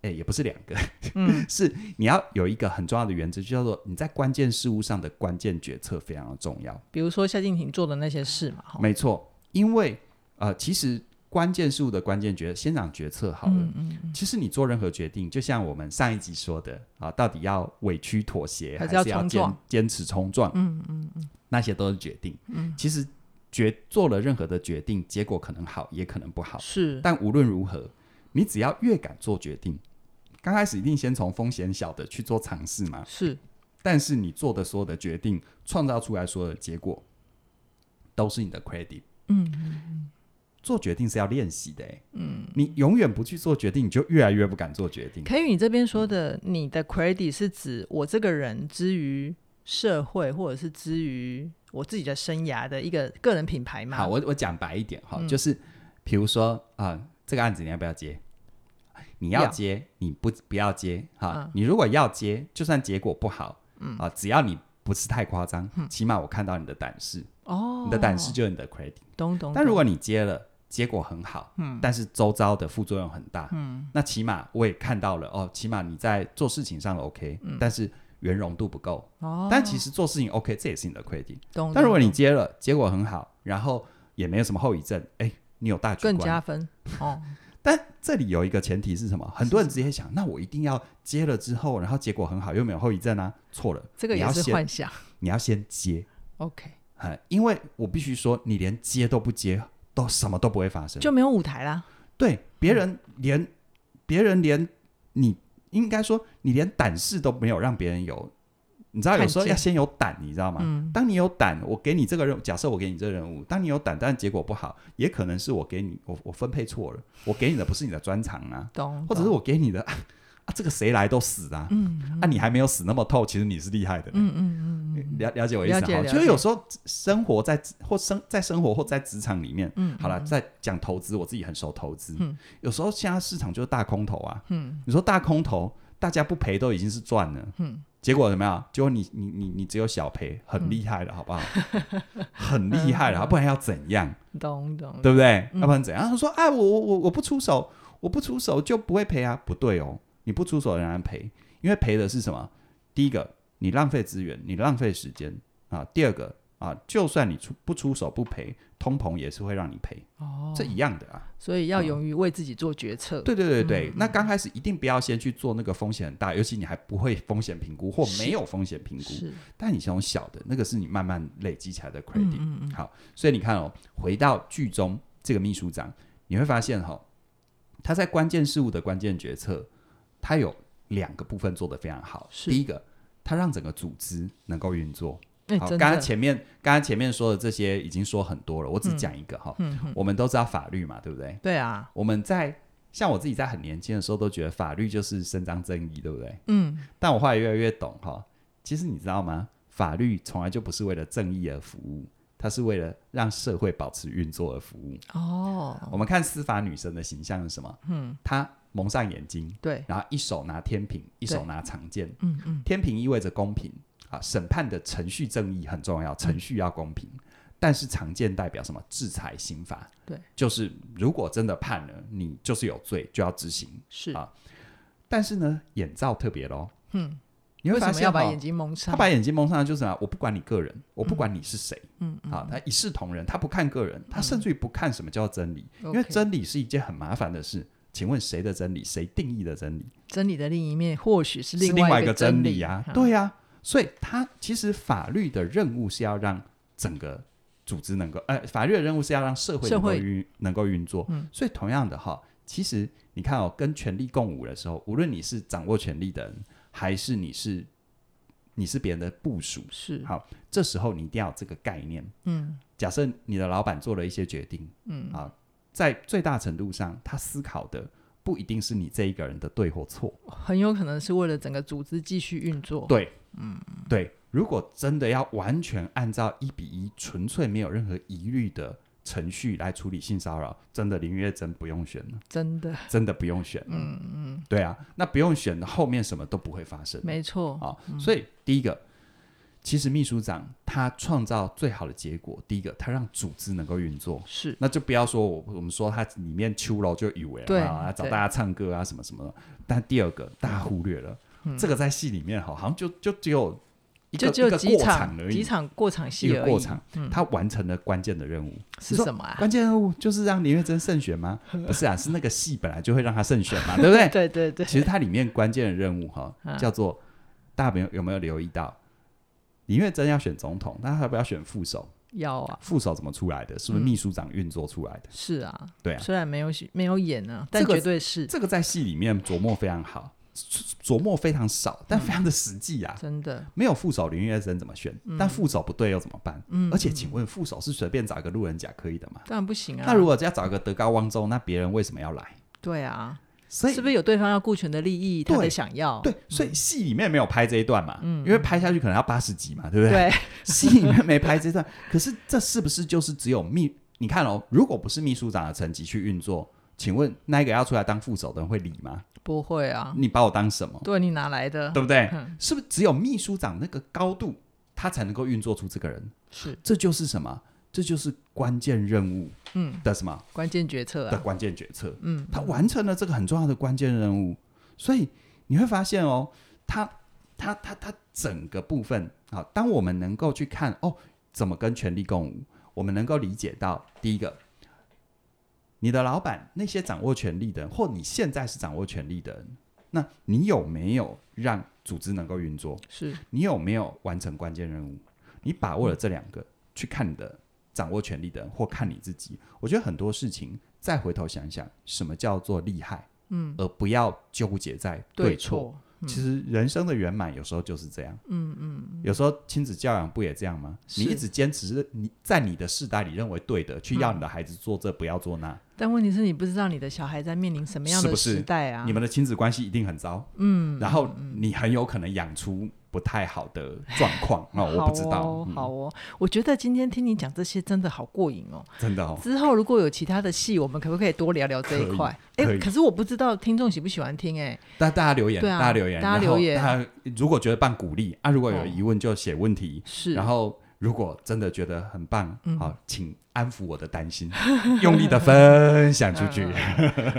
Speaker 2: 诶，也不是两个， 是你要有一个很重要的原则，就叫做你在关键事物上的关键决策非常的重要。
Speaker 1: 比如说夏静婷做的那些事嘛，哈，
Speaker 2: 没错，因为呃，其实关键事物的关键决先讲决策好了。
Speaker 1: 嗯
Speaker 2: 其实你做任何决定，就像我们上一集说的啊，到底要委屈妥协，
Speaker 1: 还
Speaker 2: 还
Speaker 1: 是要
Speaker 2: 是要
Speaker 1: 冲
Speaker 2: 坚
Speaker 1: 撞
Speaker 2: 坚持冲撞？嗯嗯嗯，那些都是决定。嗯，其实决做了任何的决定，结果可能好，也可能不好。
Speaker 1: 是，
Speaker 2: 但无论如何，你只要越敢做决定，刚开始一定先从风险小的去做尝试嘛。
Speaker 1: 是，
Speaker 2: 但是你做的所有的决定，创造出来所有的结果，都是你的 credit。
Speaker 1: 嗯，
Speaker 2: 做决定是要练习的、欸，嗯，你永远不去做决定，你就越来越不敢做决定。
Speaker 1: 凯宇，你这边说的你的 credit 是指我这个人之于社会，或者是之于我自己的生涯的一个个人品牌嘛？
Speaker 2: 好，我我讲白一点
Speaker 1: 嗯
Speaker 2: 哈，就是比如说啊、这个案子你要不要接？你要
Speaker 1: 要嗯
Speaker 2: 接，你不不要接哈、你如果要接，就算结果不好，嗯啊，只要你不是太夸张，起码我看到你的胆识，
Speaker 1: 嗯哦，
Speaker 2: 你的胆识就是你的 credit。
Speaker 1: 懂懂。
Speaker 2: 但如
Speaker 1: 懂
Speaker 2: 果你接了，结果很好，嗯，但是周遭的副作用很大，嗯，那起码我也看到了哦，起码你在做事情上 OK，、但是圆融度不够，
Speaker 1: 嗯哦，
Speaker 2: 但其实做事情 OK，这也是你的 credit。
Speaker 1: 懂。
Speaker 2: 但如果
Speaker 1: 懂
Speaker 2: 你接了，结果很好，然后也没有什么后遗症，哎，你有大局
Speaker 1: 更
Speaker 2: 观。
Speaker 1: 加分 哦，
Speaker 2: 但这里有一个前提是什么？很多人直接想，那我一定要接了之后，然后结果很好，又没有后遗症啊？错了，
Speaker 1: 这个
Speaker 2: 你
Speaker 1: 也
Speaker 2: 要
Speaker 1: 是
Speaker 2: 先，
Speaker 1: 幻想。
Speaker 2: 你要先接，
Speaker 1: OK，
Speaker 2: 哎，因为我必须说，你连接都不接，都什么都不会发生。
Speaker 1: 就没有舞台啦。
Speaker 2: 对别
Speaker 1: 嗯
Speaker 2: 人连、别人连你应该说你连胆识都没有让别人有，你知道
Speaker 1: 看
Speaker 2: 有时候
Speaker 1: 见
Speaker 2: 要先有胆，你知道吗？
Speaker 1: 嗯
Speaker 2: 当你有胆，我给你这个任务，假设我给你这任务，当你有胆，但结果不好，也可能是我给你我我分配错了，我给你的不是你的专长啊，
Speaker 1: 懂，
Speaker 2: 或者是
Speaker 1: 哦懂
Speaker 2: 我给你的 啊啊这个谁来都死啊，
Speaker 1: 嗯
Speaker 2: 啊你还没有死那么透，其实你是厉害的。
Speaker 1: 嗯嗯嗯
Speaker 2: 了了解我意思啊
Speaker 1: 了解
Speaker 2: 哈，
Speaker 1: 了
Speaker 2: 就是有
Speaker 1: 解
Speaker 2: 时候生活在或生在生活或在职场里面，
Speaker 1: 嗯，
Speaker 2: 好了，在讲投资，我自己很熟投资。
Speaker 1: 嗯
Speaker 2: 有时候现在市场就是大空头啊，
Speaker 1: 嗯
Speaker 2: 你说大空头，大家不赔都已经是赚了，
Speaker 1: 嗯
Speaker 2: 结果怎么样？结果你你你你只有小赔，很厉害了，好 不好？很厉害啊了，不然要怎样？
Speaker 1: 嗯，懂懂，
Speaker 2: 对不对？
Speaker 1: 嗯
Speaker 2: 要不然怎样？他说啊，我我我我不出手，我不出手就不会赔啊，不对哦，你不出手仍然赔，因为赔的是什么？第一个，你浪费资源，你浪费时间啊；第二个啊，就算你出不出手不赔，通膨也是会让你赔，
Speaker 1: 哦
Speaker 2: 这一样的啊。
Speaker 1: 所以要
Speaker 2: 嗯
Speaker 1: 勇于为自己做决策。
Speaker 2: 对对对
Speaker 1: 嗯
Speaker 2: 对，那刚开始一定不要先去做那个风险很大，尤其你还不会风险评估或没有风险评估，
Speaker 1: 是，
Speaker 2: 但你先从小的那个是你慢慢累积起来的 credit。
Speaker 1: 嗯嗯
Speaker 2: 好，所以你看哦，回到剧中这个秘书长，你会发现哈、哦，他在关键事务的关键决策，他有两个部分做得非常好。
Speaker 1: 是
Speaker 2: 第一个，他让整个组织能够运作。
Speaker 1: 嗯，
Speaker 2: 好，
Speaker 1: 哎，真
Speaker 2: 刚
Speaker 1: 的
Speaker 2: 刚，前面刚刚前面说的这些已经说很多了，我只讲一个哈、
Speaker 1: 嗯嗯，
Speaker 2: 我们都知道法律嘛，对不对？
Speaker 1: 对啊，
Speaker 2: 我们在像我自己在很年轻的时候都觉得法律就是伸张正义，对不对？
Speaker 1: 嗯，
Speaker 2: 但我后来越来越懂哈，其实你知道吗？法律从来就不是为了正义而服务，它是为了让社会保持运作而服务。
Speaker 1: 哦，
Speaker 2: 我们看司法女神的形象是什么？
Speaker 1: 嗯，
Speaker 2: 她蒙上眼睛，
Speaker 1: 对，
Speaker 2: 然后一手拿天平，一手拿长剑。
Speaker 1: 嗯嗯，
Speaker 2: 天平意味着公平啊，审判的程序正义很重要，
Speaker 1: 嗯
Speaker 2: 程序要公平。但是常见代表什么？制裁、刑罚。
Speaker 1: 对，
Speaker 2: 就是如果真的判了，你就是有罪，就要执行。
Speaker 1: 是
Speaker 2: 好，但是呢，眼罩特别咯，
Speaker 1: 嗯，
Speaker 2: 你会
Speaker 1: 为
Speaker 2: 发
Speaker 1: 什么
Speaker 2: 现
Speaker 1: 要把
Speaker 2: 哈
Speaker 1: 眼睛蒙上？
Speaker 2: 他把眼睛蒙上就是啊，我不管你个人，我不管你是谁，
Speaker 1: 嗯嗯，
Speaker 2: 啊，他一视同仁，他不看个人，他甚至于不看什么叫真理，因为
Speaker 1: OK
Speaker 2: 真理是一件很麻烦的事。请问谁的真理？谁定义的真理？
Speaker 1: 真理的另一面或许是
Speaker 2: 是
Speaker 1: 另
Speaker 2: 另外
Speaker 1: 一
Speaker 2: 一
Speaker 1: 个
Speaker 2: 个真
Speaker 1: 理
Speaker 2: 理啊，
Speaker 1: 哈，
Speaker 2: 对啊。所以他其实法律的任务是要让整个组织能够，呃，法律的任务是要让社会
Speaker 1: 社
Speaker 2: 能够
Speaker 1: 会
Speaker 2: 运能够运作。
Speaker 1: 嗯
Speaker 2: 所以同样的哈，其实你看哦，跟权力共舞的时候，无论你是掌握权力的人，还是你是你是别人的部署，
Speaker 1: 是，
Speaker 2: 好这时候你一定要有这个概念。
Speaker 1: 嗯
Speaker 2: 假设你的老板做了一些决定，
Speaker 1: 嗯
Speaker 2: 啊，在最大程度上，他思考的不一定是你这一个人的对或错。
Speaker 1: 很有可能是为了整个组织继续运作。
Speaker 2: 对，嗯，对。如果真的要完全按照一比一、纯粹没有任何疑虑的程序来处理性骚扰，真的林月珍不用选了，
Speaker 1: 真的，
Speaker 2: 真的不用选了。嗯嗯，对啊，那不用选的后面什么都不会发生。
Speaker 1: 没错，
Speaker 2: 啊、所以第一个，其实秘书长他创造最好的结果，第一个他让组织能够运作，
Speaker 1: 是，
Speaker 2: 那就不要说我我们说它里面秋楼就以为
Speaker 1: 对
Speaker 2: 啊，找
Speaker 1: 对
Speaker 2: 大家唱歌啊什么什么的。但第二个大家忽略了，这个在戏里面好好像就就只有一
Speaker 1: 嗯
Speaker 2: 个
Speaker 1: 就只有
Speaker 2: 一个
Speaker 1: 几
Speaker 2: 过场
Speaker 1: 场
Speaker 2: 而
Speaker 1: 几
Speaker 2: 已，
Speaker 1: 场过场
Speaker 2: 一
Speaker 1: 戏
Speaker 2: 个
Speaker 1: 而已。
Speaker 2: 过场，他完成了关键的任务。
Speaker 1: 是
Speaker 2: 你说
Speaker 1: 什么啊？
Speaker 2: 关键任务就是让林月珍胜选 吗？不是啊，是那个戏本来就会让他胜选嘛，对不对？
Speaker 1: 对对对，
Speaker 2: 其实它里面关键的任务哈，
Speaker 1: 嗯
Speaker 2: 叫做大家有没有有没有留意到，林月珍要选总统，但她要不要选副手？
Speaker 1: 要啊，
Speaker 2: 副手怎么出来的？
Speaker 1: 嗯
Speaker 2: 是不是秘书长运作出来的？
Speaker 1: 是啊，
Speaker 2: 对啊
Speaker 1: 虽然没有没有演啊，但
Speaker 2: 这个
Speaker 1: 绝对是、
Speaker 2: 这个在戏里面琢磨非常好，琢磨非常少，
Speaker 1: 嗯
Speaker 2: 但非常的实际啊。
Speaker 1: 真的。
Speaker 2: 没有副手，林月生怎么选？但副手不对又怎么办？
Speaker 1: 嗯
Speaker 2: 而且，请问副手是随便找一个路人甲可以的吗？
Speaker 1: 当然不行啊。
Speaker 2: 那如果要找一个德高望重，那别人为什么要来？
Speaker 1: 对啊，
Speaker 2: 所以
Speaker 1: 是不是有对方要顾全的利益，他
Speaker 2: 对
Speaker 1: 的想要？
Speaker 2: 对，所以戏里面没有拍这一段嘛，
Speaker 1: 嗯
Speaker 2: 因为拍下去可能要八十集嘛，对不对？
Speaker 1: 对，
Speaker 2: 戏里面没拍这段，可是这是不是就是只有秘？你看哦，如果不是秘书长的层级去运作，请问那一个要出来当副手的人会理吗？
Speaker 1: 不会啊，
Speaker 2: 你把我当什么？
Speaker 1: 对你哪来的？
Speaker 2: 嗯对不对？
Speaker 1: 嗯
Speaker 2: 是不是只有秘书长那个高度，他才能够运作出这个人？
Speaker 1: 是，
Speaker 2: 这就是什么？这就是关键任务
Speaker 1: 嗯，
Speaker 2: 的什么
Speaker 1: 关键决策
Speaker 2: 的
Speaker 1: 啊，
Speaker 2: 关键决策？
Speaker 1: 嗯，
Speaker 2: 他完成了这个很重要的关键任务，所以你会发现哦，他他他他整个部分啊，当我们能够去看哦，怎么跟权力共舞，我们能够理解到第一个，你的老板那些掌握权力的人，或你现在是掌握权力的人，那你有没有让组织能够运作？
Speaker 1: 是
Speaker 2: 你有没有完成关键任务？你把握了这两个，去看你的掌握权力的人，或看你自己。我觉得很多事情再回头想想，什么叫做厉害？嗯，而不要纠结在对错。
Speaker 1: 错，
Speaker 2: 其实人生的圆满有时候就是这样。嗯嗯，有时候亲子教养不也这样吗？
Speaker 1: 是
Speaker 2: 你一直坚持你在你的世代里认为对的，去要你的孩子做这不要做那，
Speaker 1: 但问题是你不知道你的小孩在面临什么样
Speaker 2: 是
Speaker 1: 的
Speaker 2: 不是
Speaker 1: 时代啊？
Speaker 2: 你们的亲子关系一定很糟。嗯，然后你很有可能养出不太好的状况啊、哦，我不知道。
Speaker 1: 好哦
Speaker 2: 嗯，
Speaker 1: 好哦，我觉得今天听你讲这些真的好过瘾哦。
Speaker 2: 真的哦，
Speaker 1: 之后如果有其他的戏，我们可不可以多聊聊这
Speaker 2: 可
Speaker 1: 一
Speaker 2: 以
Speaker 1: 块？
Speaker 2: 可
Speaker 1: 哎、
Speaker 2: 以
Speaker 1: 可是我不知道听众喜不喜欢听哎、
Speaker 2: 大大家留言，
Speaker 1: 对啊
Speaker 2: 大家留言，
Speaker 1: 大家留言
Speaker 2: 然后大家如果觉得棒鼓励啊，如果有疑问就写问题，
Speaker 1: 是，嗯
Speaker 2: 然后如果真的觉得很棒，好、请安抚我的担心， 用力的分享 出
Speaker 1: 嗯
Speaker 2: 去。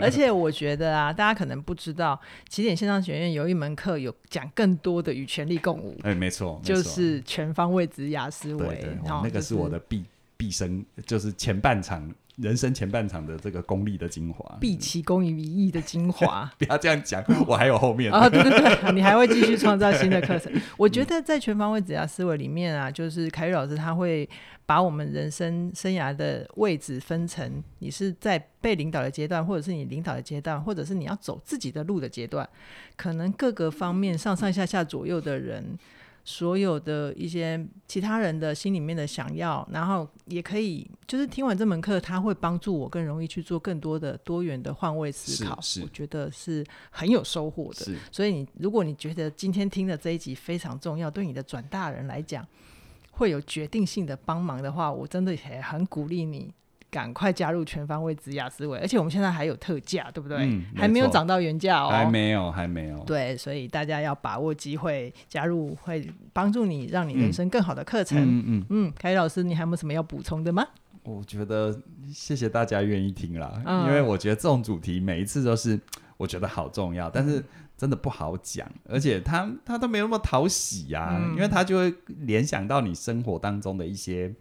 Speaker 1: 而且我觉得啊，大家可能不知道，起点线上学院有一门课有讲更多的与权力共舞，
Speaker 2: 哎，没错，没错
Speaker 1: 就是全方位职涯思维。
Speaker 2: 对对，
Speaker 1: 然
Speaker 2: 哇
Speaker 1: 后
Speaker 2: 那
Speaker 1: 就
Speaker 2: 个
Speaker 1: 是
Speaker 2: 我的毕毕生，就是前半场人生前半场的这个功力的精华。
Speaker 1: 毕其功于一役的精华
Speaker 2: 。不要这样讲，我还有后面。
Speaker 1: 啊、对对对，你还会继续创造新的课程。我觉得在全方位职涯思维里面啊，就是凯宇老师他会把我们人生生涯的位置分成，你是在被领导的阶段，或者是你领导的阶段，或者是你要走自己的路的阶段，可能各个方面上上下下左右的人。所有的一些其他人的心里面的想要，然后也可以就是听完这门课，他会帮助我更容易去做更多的多元的换位思考，
Speaker 2: 是是
Speaker 1: 我觉得是很有收获的。
Speaker 2: 是
Speaker 1: 所以你，如果你觉得今天听的这一集非常重要，对你的转大人来讲会有决定性的帮忙的话，我真的也很鼓励你赶快加入全方位职雅思维。而且我们现在还有特价，对不对？
Speaker 2: 嗯没
Speaker 1: 还没有
Speaker 2: 错
Speaker 1: 涨到原价哦。
Speaker 2: 还没有，还没有。
Speaker 1: 对，所以大家要把握机会加入，会帮助你让你人生更好的课程。
Speaker 2: 嗯嗯，
Speaker 1: 嗯，凯宇老师，你还有没有什么要补充的吗？
Speaker 2: 我觉得谢谢大家愿意听啦，
Speaker 1: 嗯
Speaker 2: 因为我觉得这种主题每一次都是我觉得好重要，但
Speaker 1: 嗯
Speaker 2: 是真的不好讲，而且他他都没有那么讨喜呀、啊，
Speaker 1: 嗯
Speaker 2: 因为他就会联想到你生活当中的一些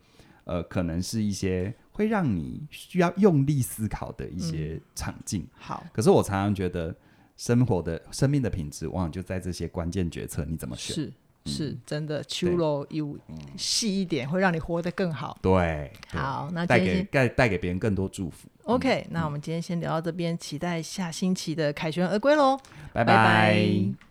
Speaker 2: 呃，可能是一些会让你需要用力思考的一
Speaker 1: 嗯
Speaker 2: 些场景。
Speaker 1: 好，
Speaker 2: 可是我常常觉得。生活的生命的品质，往往就在这些关键决策，你怎么选？
Speaker 1: 是是，真的，秋楼有细一点，会让你活得更好。
Speaker 2: 对，对
Speaker 1: 好，那
Speaker 2: 带
Speaker 1: 今天
Speaker 2: 给
Speaker 1: 先
Speaker 2: 带带给别人更多祝福。
Speaker 1: OK，、那我们今天先聊到这边，期待下星期的凯旋而归喽，
Speaker 2: 拜
Speaker 1: 拜拜